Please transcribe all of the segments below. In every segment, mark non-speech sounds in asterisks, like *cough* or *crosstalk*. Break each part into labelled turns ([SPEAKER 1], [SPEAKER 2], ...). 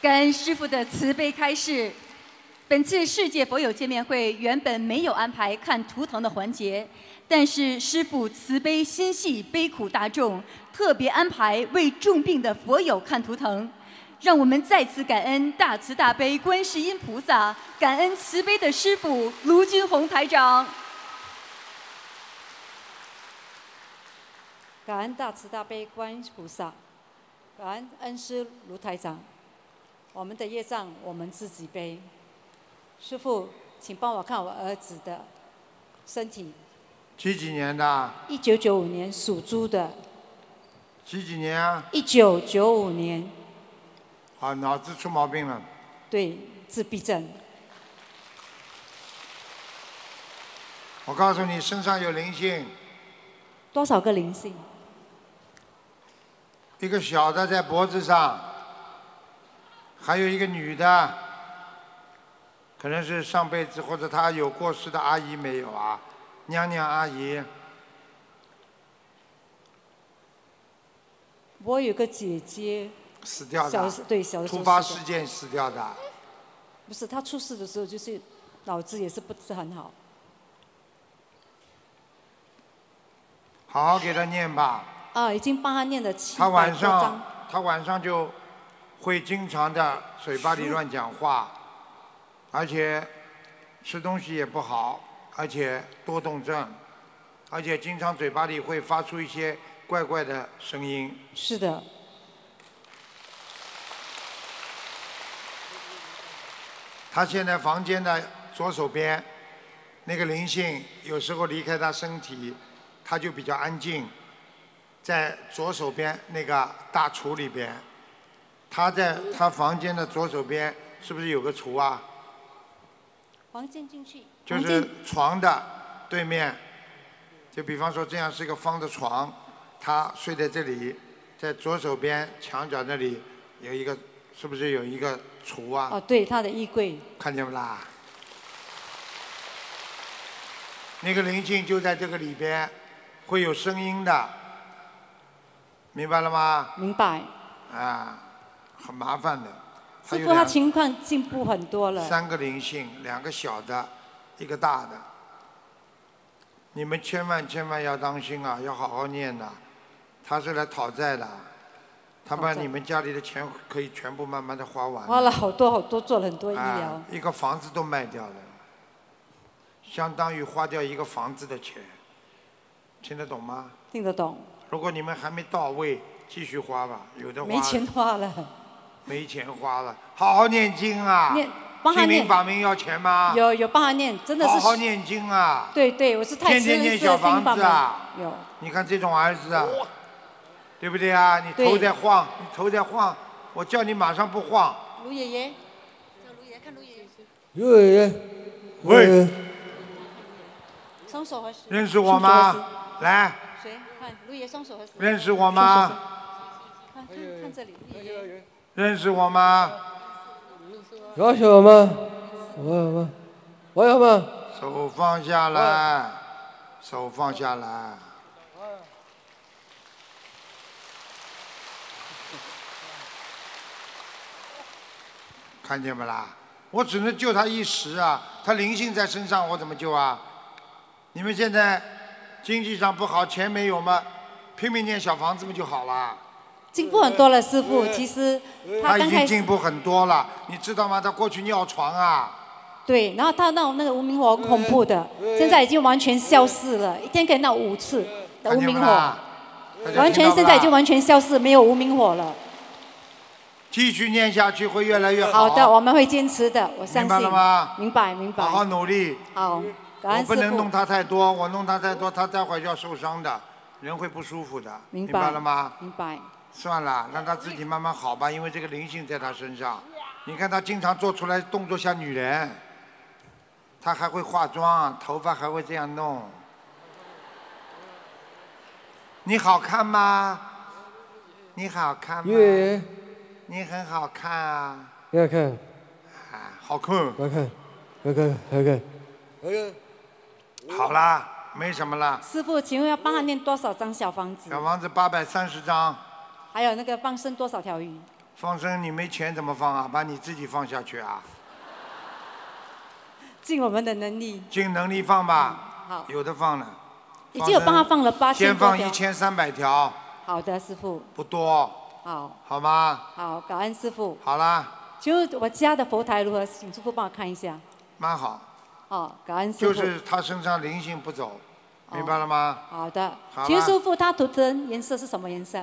[SPEAKER 1] 感恩师父的慈悲开示。本次世界佛友见面会原本没有安排看图腾的环节，但是师父慈悲心系悲苦大众，特别安排为重病的佛友看图腾。让我们再次感恩大慈大悲观世音菩萨，感恩慈悲的师父卢军宏台长。
[SPEAKER 2] 感恩大慈大悲观音菩萨，感恩恩师卢台长。我们的业障我们自己背。师傅，请帮我看我儿子的身体。
[SPEAKER 3] 几几年的？
[SPEAKER 2] 一九九五年属猪的，
[SPEAKER 3] 几几年啊？
[SPEAKER 2] 一九九五年，
[SPEAKER 3] 啊，脑子出毛病了。
[SPEAKER 2] 对，自闭症。
[SPEAKER 3] 我告诉你，身上有灵性，
[SPEAKER 2] 多少个灵性？
[SPEAKER 3] 一个小的在脖子上，还有一个女的，可能是上辈子或者她有过世的阿姨没有啊？娘娘阿姨，
[SPEAKER 2] 我有个姐姐，
[SPEAKER 3] 死掉的，
[SPEAKER 2] 小时对小的时候
[SPEAKER 3] 突发
[SPEAKER 2] 死掉
[SPEAKER 3] 事件死掉的，
[SPEAKER 2] 不是她出事的时候，就是脑子也是不是很好。
[SPEAKER 3] 好好给她念吧。
[SPEAKER 2] 啊，已经帮她念了七
[SPEAKER 3] 她
[SPEAKER 2] 百
[SPEAKER 3] 晚
[SPEAKER 2] 多张
[SPEAKER 3] 上。，她晚上就会经常的嘴巴里乱讲话，而且吃东西也不好，而且多动症，而且经常嘴巴里会发出一些怪怪的声音。
[SPEAKER 2] 是的。
[SPEAKER 3] 他现在房间的左手边那个灵性，有时候离开他身体，他就比较安静，在左手边那个大橱里边。他在他房间的左手边是不是有个橱啊？
[SPEAKER 2] 黄建进去。
[SPEAKER 3] 就是床的对面，就比方说这样是一个方的床，他睡在这里，在左手边墙角那里有一个，是不是有一个橱啊？
[SPEAKER 2] 哦，对，她的衣柜。
[SPEAKER 3] 看见不啦？那个灵性就在这个里边，会有声音的，明白了吗？
[SPEAKER 2] 明白。
[SPEAKER 3] 啊，很麻烦的。还
[SPEAKER 2] 师
[SPEAKER 3] 有
[SPEAKER 2] 傅，她
[SPEAKER 3] 两
[SPEAKER 2] 情况进步很多了。
[SPEAKER 3] 三个灵性，两个小的，一个大的。你们千万千万要当心啊，要好好念呐、他是来讨债的，他把
[SPEAKER 2] 讨债
[SPEAKER 3] 你们家里的钱可以全部慢慢的花完。
[SPEAKER 2] 花了好多好多，做了很多医疗
[SPEAKER 3] 啊。，一个房子都卖掉了，相当于花掉一个房子的钱，听得懂吗？
[SPEAKER 2] 听得懂？
[SPEAKER 3] 如果你们还没到位，继续花吧，有的花
[SPEAKER 2] 没钱花了，
[SPEAKER 3] 没钱花了，好好念经啊！
[SPEAKER 2] 念帮他
[SPEAKER 3] 心灵
[SPEAKER 2] 念
[SPEAKER 3] 法门要钱吗？
[SPEAKER 2] 有有帮他念，真的是。
[SPEAKER 3] 好好念经啊！
[SPEAKER 2] 对对，我是太
[SPEAKER 3] 天
[SPEAKER 2] 师
[SPEAKER 3] 天
[SPEAKER 2] 恩
[SPEAKER 3] 念
[SPEAKER 2] 师
[SPEAKER 3] 小
[SPEAKER 2] 的心法
[SPEAKER 3] 房
[SPEAKER 2] 门
[SPEAKER 3] 子啊！
[SPEAKER 2] 有
[SPEAKER 3] 你看这种儿子啊，对不对啊？你头
[SPEAKER 2] 对
[SPEAKER 3] 在晃，你头在晃，我叫你马上不晃，
[SPEAKER 2] 卢爷爷，
[SPEAKER 4] 喂喂，
[SPEAKER 2] 双手合十。
[SPEAKER 3] 认识我吗？来，
[SPEAKER 2] 谁？看卢爷双手合十。
[SPEAKER 3] 认识我吗？
[SPEAKER 2] 看看看这里，
[SPEAKER 3] 哎
[SPEAKER 2] 卢爷爷。
[SPEAKER 3] 认识我吗？
[SPEAKER 4] 有什吗？我有吗？我有吗？
[SPEAKER 3] 手放下来，手放下来。看见没啦？我只能救他一时啊，他灵性在身上，我怎么救啊？你们现在经济上不好，钱没有吗？拼命念小房子不就好啦？
[SPEAKER 2] 进步很多了，师傅。其实他
[SPEAKER 3] 他
[SPEAKER 2] 刚
[SPEAKER 3] 已
[SPEAKER 2] 开
[SPEAKER 3] 经
[SPEAKER 2] 始
[SPEAKER 3] 进步很多了，你知道吗？他过去尿床啊。
[SPEAKER 2] 对，然后他闹那个无名火很恐怖的，现在已经完全消失了，一天可以闹五次的
[SPEAKER 3] 看
[SPEAKER 2] 无
[SPEAKER 3] 见
[SPEAKER 2] 名
[SPEAKER 3] 没
[SPEAKER 2] 火，
[SPEAKER 3] 啦？大家
[SPEAKER 2] 完
[SPEAKER 3] 听
[SPEAKER 2] 全
[SPEAKER 3] 到不
[SPEAKER 2] 现
[SPEAKER 3] 啦
[SPEAKER 2] 在已经完全消失，没有无名火了。
[SPEAKER 3] 继续念下去会越来越好。
[SPEAKER 2] 好的，我们会坚持的，我
[SPEAKER 3] 明
[SPEAKER 2] 相信。
[SPEAKER 3] 白了吗？
[SPEAKER 2] 明白明白
[SPEAKER 3] 好好努力，
[SPEAKER 2] 好，
[SPEAKER 3] 我
[SPEAKER 2] 感恩
[SPEAKER 3] 不
[SPEAKER 2] 师
[SPEAKER 3] 能弄
[SPEAKER 2] 傅。
[SPEAKER 3] 他太多，我弄他太多，他待会儿要受伤的，人会不舒服的，
[SPEAKER 2] 明
[SPEAKER 3] 明
[SPEAKER 2] 白
[SPEAKER 3] 白了吗？
[SPEAKER 2] 明白。
[SPEAKER 3] 算了，让他自己慢慢好吧，因为这个灵性在他身上。你看他经常做出来动作像女人，他还会化妆，头发还会这样弄。你好看吗？你好看吗？
[SPEAKER 4] 耶，
[SPEAKER 3] 你很好看啊，
[SPEAKER 4] 要看，
[SPEAKER 3] 啊，好看。
[SPEAKER 4] 要看，要看，要看，
[SPEAKER 3] 好啦，没什么啦。
[SPEAKER 2] 师傅，请问要帮他念多少张小房子？
[SPEAKER 3] 小房子八百三十张，
[SPEAKER 2] 还有那个放生多少条鱼？
[SPEAKER 3] 放生你没钱怎么放啊？把你自己放下去啊？
[SPEAKER 2] 尽我们的能力。
[SPEAKER 3] 尽能力放吧，
[SPEAKER 2] 嗯好，
[SPEAKER 3] 有的放了。
[SPEAKER 2] 已经有帮他放了八千
[SPEAKER 3] 先
[SPEAKER 2] 多
[SPEAKER 3] 放
[SPEAKER 2] 条
[SPEAKER 3] 一。千三百条，
[SPEAKER 2] 好的，师傅，
[SPEAKER 3] 不多，
[SPEAKER 2] 好，
[SPEAKER 3] 好吗？
[SPEAKER 2] 好，感恩师傅。
[SPEAKER 3] 好啦，
[SPEAKER 2] 请问我家的佛台如何？请师傅帮我看一下。
[SPEAKER 3] 蛮好，
[SPEAKER 2] 哦，感恩师
[SPEAKER 3] 就
[SPEAKER 2] 傅。
[SPEAKER 3] 是他身上灵性不走，明
[SPEAKER 2] 哦
[SPEAKER 3] 白了吗？
[SPEAKER 2] 好的
[SPEAKER 3] 好，
[SPEAKER 2] 请问
[SPEAKER 3] 啦
[SPEAKER 2] 师傅，它图腾颜色是什么颜色？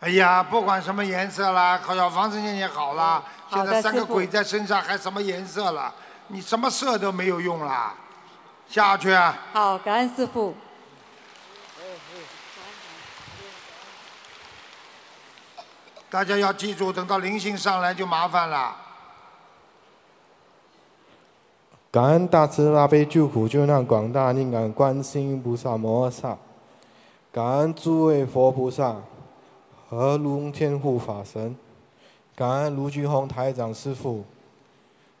[SPEAKER 3] 哎呀，不管什么颜色啦，烤小房子念念好啦，
[SPEAKER 2] 哦好
[SPEAKER 3] 现
[SPEAKER 2] 的
[SPEAKER 3] 在三个
[SPEAKER 2] 师傅
[SPEAKER 3] 鬼在身上还什么颜色了？你什么色都没有用啦，下去啊！
[SPEAKER 2] 好，感恩师傅。
[SPEAKER 3] 大家要记住，等到灵性上来就麻烦了。
[SPEAKER 5] 感恩大慈大悲救苦救难广大灵感观世音菩萨摩诃萨，感恩诸位佛菩萨和龙天护法神，感恩卢俊宏台长师傅，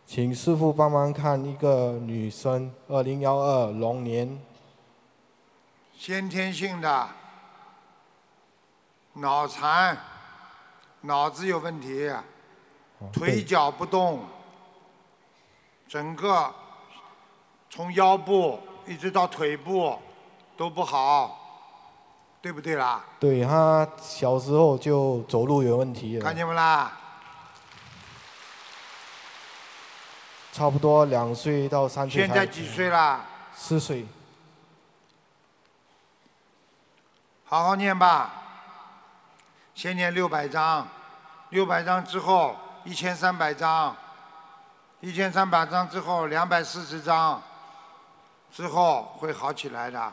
[SPEAKER 5] 请师傅帮忙看一个女生，二零幺二龙年，
[SPEAKER 3] 先天性的脑残，脑子有问题，
[SPEAKER 5] 啊
[SPEAKER 3] 腿脚不动，整个从腰部一直到腿部都不好，对不对啦？
[SPEAKER 5] 对她小时候就走路有问题
[SPEAKER 3] 看
[SPEAKER 5] 了，
[SPEAKER 3] 见没啦？
[SPEAKER 5] 差不多两岁到三岁
[SPEAKER 3] 现在
[SPEAKER 5] 才
[SPEAKER 3] 几岁啦？
[SPEAKER 5] 四岁，
[SPEAKER 3] 好好念吧，先念六百章，六百章之后一千三百章，一千三百章之后两百四十章，之后会好起来的，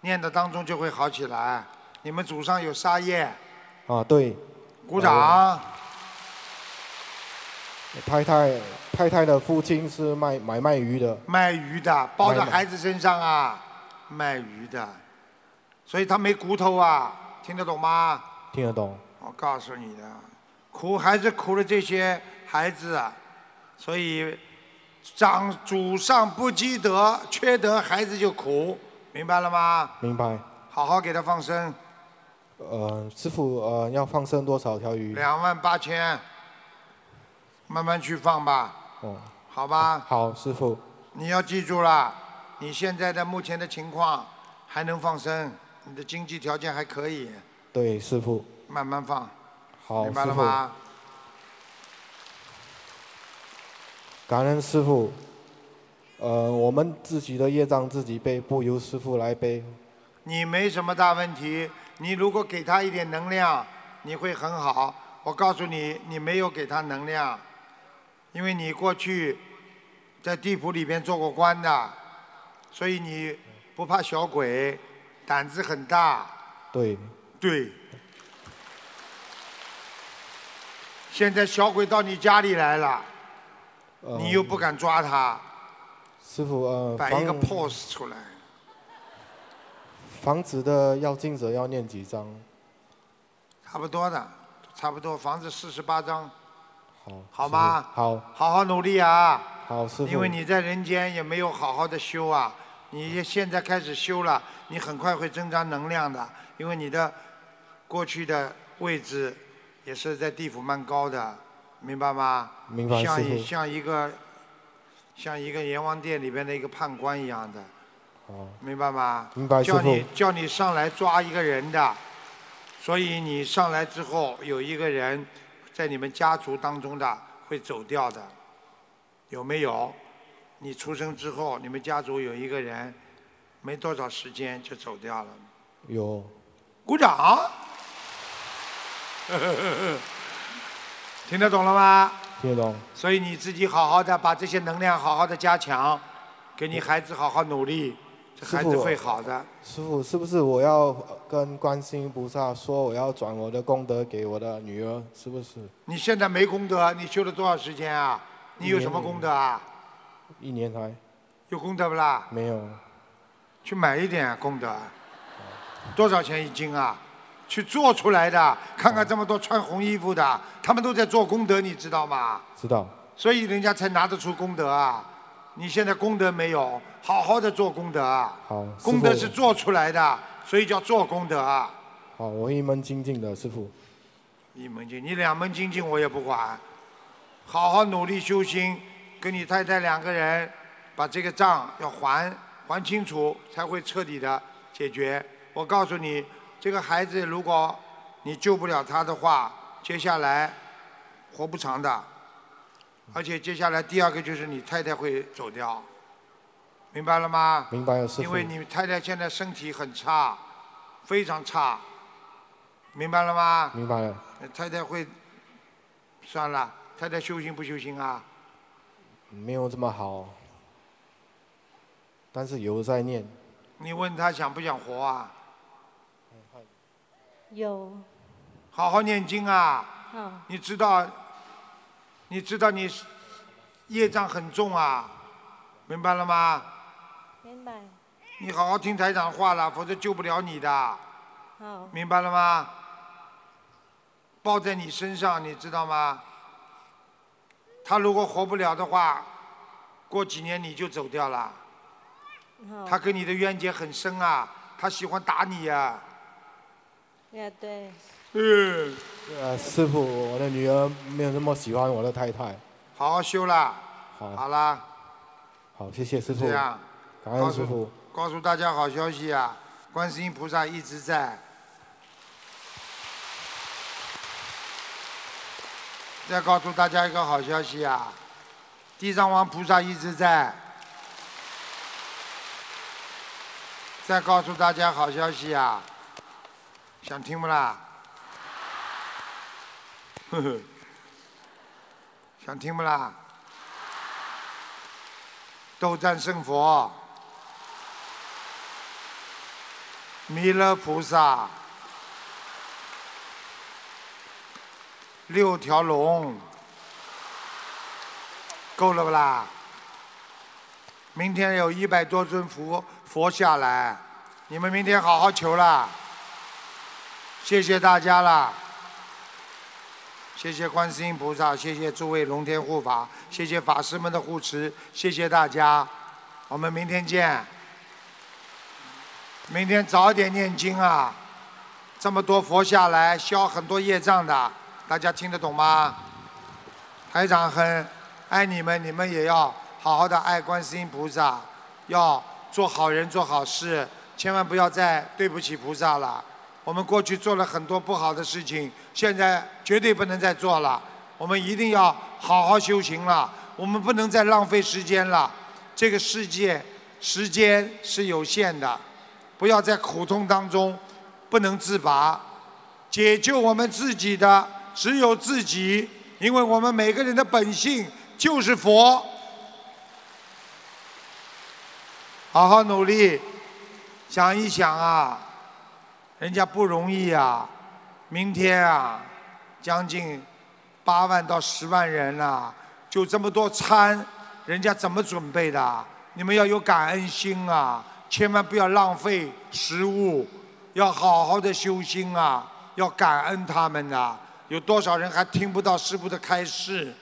[SPEAKER 3] 念的当中就会好起来。你们祖上有沙叶，
[SPEAKER 5] 啊对，
[SPEAKER 3] 鼓
[SPEAKER 5] 哦
[SPEAKER 3] 掌。
[SPEAKER 5] 太太太太的父亲是卖买卖鱼的。
[SPEAKER 3] 卖鱼的，包在
[SPEAKER 5] 卖的
[SPEAKER 3] 孩子身上啊，卖鱼的，所以他没骨头啊，听得懂吗？
[SPEAKER 5] 听得懂。
[SPEAKER 3] 我告诉你的，苦还是苦了这些孩子啊，所以长祖上不积德，缺德孩子就苦，明白了吗？
[SPEAKER 5] 明白。
[SPEAKER 3] 好好给他放生，
[SPEAKER 5] 呃，师傅，呃，要放生多少条鱼？
[SPEAKER 3] 两万八千，慢慢去放吧，
[SPEAKER 5] 哦，
[SPEAKER 3] 好吧？
[SPEAKER 5] 好，师傅，
[SPEAKER 3] 你要记住了，你现在的目前的情况还能放生，你的经济条件还可以，
[SPEAKER 5] 对，师傅，
[SPEAKER 3] 慢慢放，
[SPEAKER 5] 好，
[SPEAKER 3] 明
[SPEAKER 5] 师
[SPEAKER 3] 白了
[SPEAKER 5] 傅，
[SPEAKER 3] 吗？
[SPEAKER 5] 感恩师傅。呃，我们自己的业障自己背，不由师傅来背。
[SPEAKER 3] 你没什么大问题，你如果给他一点能量，你会很好。我告诉你，你没有给他能量，因为你过去在地府里边做过官的，所以你不怕小鬼，胆子很大。
[SPEAKER 5] 对，
[SPEAKER 3] 对。现在小鬼到你家里来了，
[SPEAKER 5] 呃、
[SPEAKER 3] 你又不敢抓他，
[SPEAKER 5] 师傅，呃，
[SPEAKER 3] 摆一个
[SPEAKER 5] 房
[SPEAKER 3] pose 出来。
[SPEAKER 5] 房子的要经者要念几张？
[SPEAKER 3] 差不多的，差不多房子四十八张，
[SPEAKER 5] 好，
[SPEAKER 3] 好
[SPEAKER 5] 师傅
[SPEAKER 3] 吗
[SPEAKER 5] 好，
[SPEAKER 3] 好好努力啊！
[SPEAKER 5] 好，师傅。
[SPEAKER 3] 因为你在人间也没有好好的修啊，你现在开始修了，你很快会增加能量的，因为你的过去的位置也是在地府蛮高的，明白吗？
[SPEAKER 5] 明白，
[SPEAKER 3] 像
[SPEAKER 5] 师
[SPEAKER 3] 一
[SPEAKER 5] 傅。
[SPEAKER 3] 像一个像一个阎王殿里边的一个判官一样的，
[SPEAKER 5] 好，
[SPEAKER 3] 明白吗？
[SPEAKER 5] 明白，师
[SPEAKER 3] 叫
[SPEAKER 5] 傅
[SPEAKER 3] 你。叫你上来抓一个人的，所以你上来之后有一个人在你们家族当中的会走掉的，有没有？你出生之后，你们家族有一个人没多少时间就走掉了，
[SPEAKER 5] 有，
[SPEAKER 3] 鼓掌。 *laughs* 听得懂了吗？
[SPEAKER 5] 听得懂。
[SPEAKER 3] 所以你自己好好的把这些能量好好的加强，给你孩子好好努力，这
[SPEAKER 5] 嗯师
[SPEAKER 3] 孩子
[SPEAKER 5] 父
[SPEAKER 3] 会好的。
[SPEAKER 5] 师傅，是不是我要呃跟观世音菩萨说，我要转我的功德给我的女儿？是不是？
[SPEAKER 3] 你现在没功德，你修了多少时间啊？你有什么功德啊？
[SPEAKER 5] 一年还
[SPEAKER 3] 有功德不啦？
[SPEAKER 5] 没有，
[SPEAKER 3] 去买一点功德，啊多少钱一斤啊？去做出来的，看看这么多穿红衣服的，他们都在做功德，你知道吗？
[SPEAKER 5] 知道。
[SPEAKER 3] 所以人家才拿得出功德啊。你现在功德没有，好好的做功德啊。
[SPEAKER 5] 好，师
[SPEAKER 3] 功德
[SPEAKER 5] 父
[SPEAKER 3] 是做出来的，所以叫做功德啊。
[SPEAKER 5] 好，我一门精进的师傅。
[SPEAKER 3] 一门精，你两门精进我也不管，好好努力修心，跟你太太两个人把这个账要还还清楚，才会彻底的解决。我告诉你，这个孩子如果你救不了他的话，接下来活不长的，而且接下来第二个就是你太太会走掉，明白了吗？
[SPEAKER 5] 明白了，师傅。
[SPEAKER 3] 因为你太太现在身体很差，非常差，明白了吗？
[SPEAKER 5] 明白了，
[SPEAKER 3] 哎太太会，算了，太太修行不修行啊？
[SPEAKER 5] 没有这么好，但是有在念。
[SPEAKER 3] 你问她想不想活啊？
[SPEAKER 2] 有，
[SPEAKER 3] 好好念经啊！
[SPEAKER 2] 好，
[SPEAKER 3] 你知道，你知道你业障很重啊，明白了吗？
[SPEAKER 2] 明白，
[SPEAKER 3] 你好好听台长话了，否则救不了你的，
[SPEAKER 2] 好，
[SPEAKER 3] 明白了吗？抱在你身上，你知道吗？他如果活不了的话，过几年你就走掉了。
[SPEAKER 2] 好
[SPEAKER 3] 他跟你的冤结很深啊，他喜欢打你呀、
[SPEAKER 2] 也对，
[SPEAKER 3] 嗯，
[SPEAKER 5] 呃，师傅，我的女儿没有那么喜欢我的太太。
[SPEAKER 3] 好好修啦，
[SPEAKER 5] 好，
[SPEAKER 3] 好啊啦，
[SPEAKER 5] 好，谢谢师
[SPEAKER 3] 就
[SPEAKER 5] 傅，
[SPEAKER 3] 这样。
[SPEAKER 5] 感恩师傅。
[SPEAKER 3] 告诉大家好消息啊，观世音菩萨一直在，再告诉大家一个好消息啊，地藏王菩萨一直在。再告诉大家好消息啊，想听不啦？ *laughs* 呵呵，想听不啦？斗战胜佛。弥勒菩萨，六条龙，够了不啦？明天有一百多尊佛佛下来，你们明天好好求啦。谢谢大家啦，谢谢观世音菩萨，谢谢诸位龙天护法，谢谢法师们的护持，谢谢大家，我们明天见。明天早点念经啊！这么多佛下来，消很多业障的，大家听得懂吗？台长很爱你们，你们也要好好的爱观世音菩萨，要做好人做好事，千万不要再对不起菩萨了。我们过去做了很多不好的事情，现在绝对不能再做了。我们一定要好好修行了，我们不能再浪费时间了。这个世界时间是有限的，不要在苦痛当中不能自拔。解救我们自己的只有自己，因为我们每个人的本性就是佛。好好努力，想一想啊，人家不容易啊。明天啊，将近八万到十万人呐、就这么多餐，人家怎么准备的？你们要有感恩心啊，千万不要浪费食物，要好好的修心啊，要感恩他们呐、有多少人还听不到师傅的开示，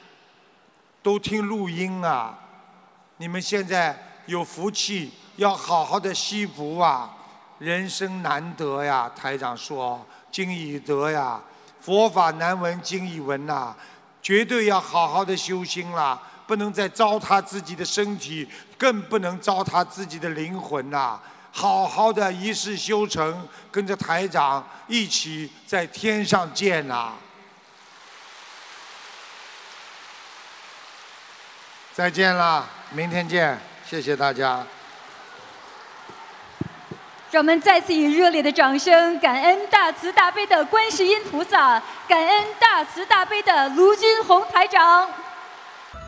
[SPEAKER 3] 都听录音啊？你们现在有福气，要好好的惜福啊！人生难得呀，台长说，经已得呀，佛法难闻经已闻呐、绝对要好好的修心啦，不能再糟蹋自己的身体，更不能糟蹋自己的灵魂呐、好好的一世修成，跟着台长一起在天上见呐、再见啦，明天见，谢谢大家。
[SPEAKER 1] 让我们再次以热烈的掌声，感恩大慈大悲的观世音菩萨，感恩大慈大悲的卢军红台长。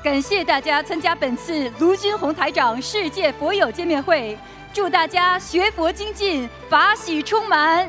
[SPEAKER 1] 感谢大家参加本次卢军红台长世界佛友见面会，祝大家学佛精进，法喜充满。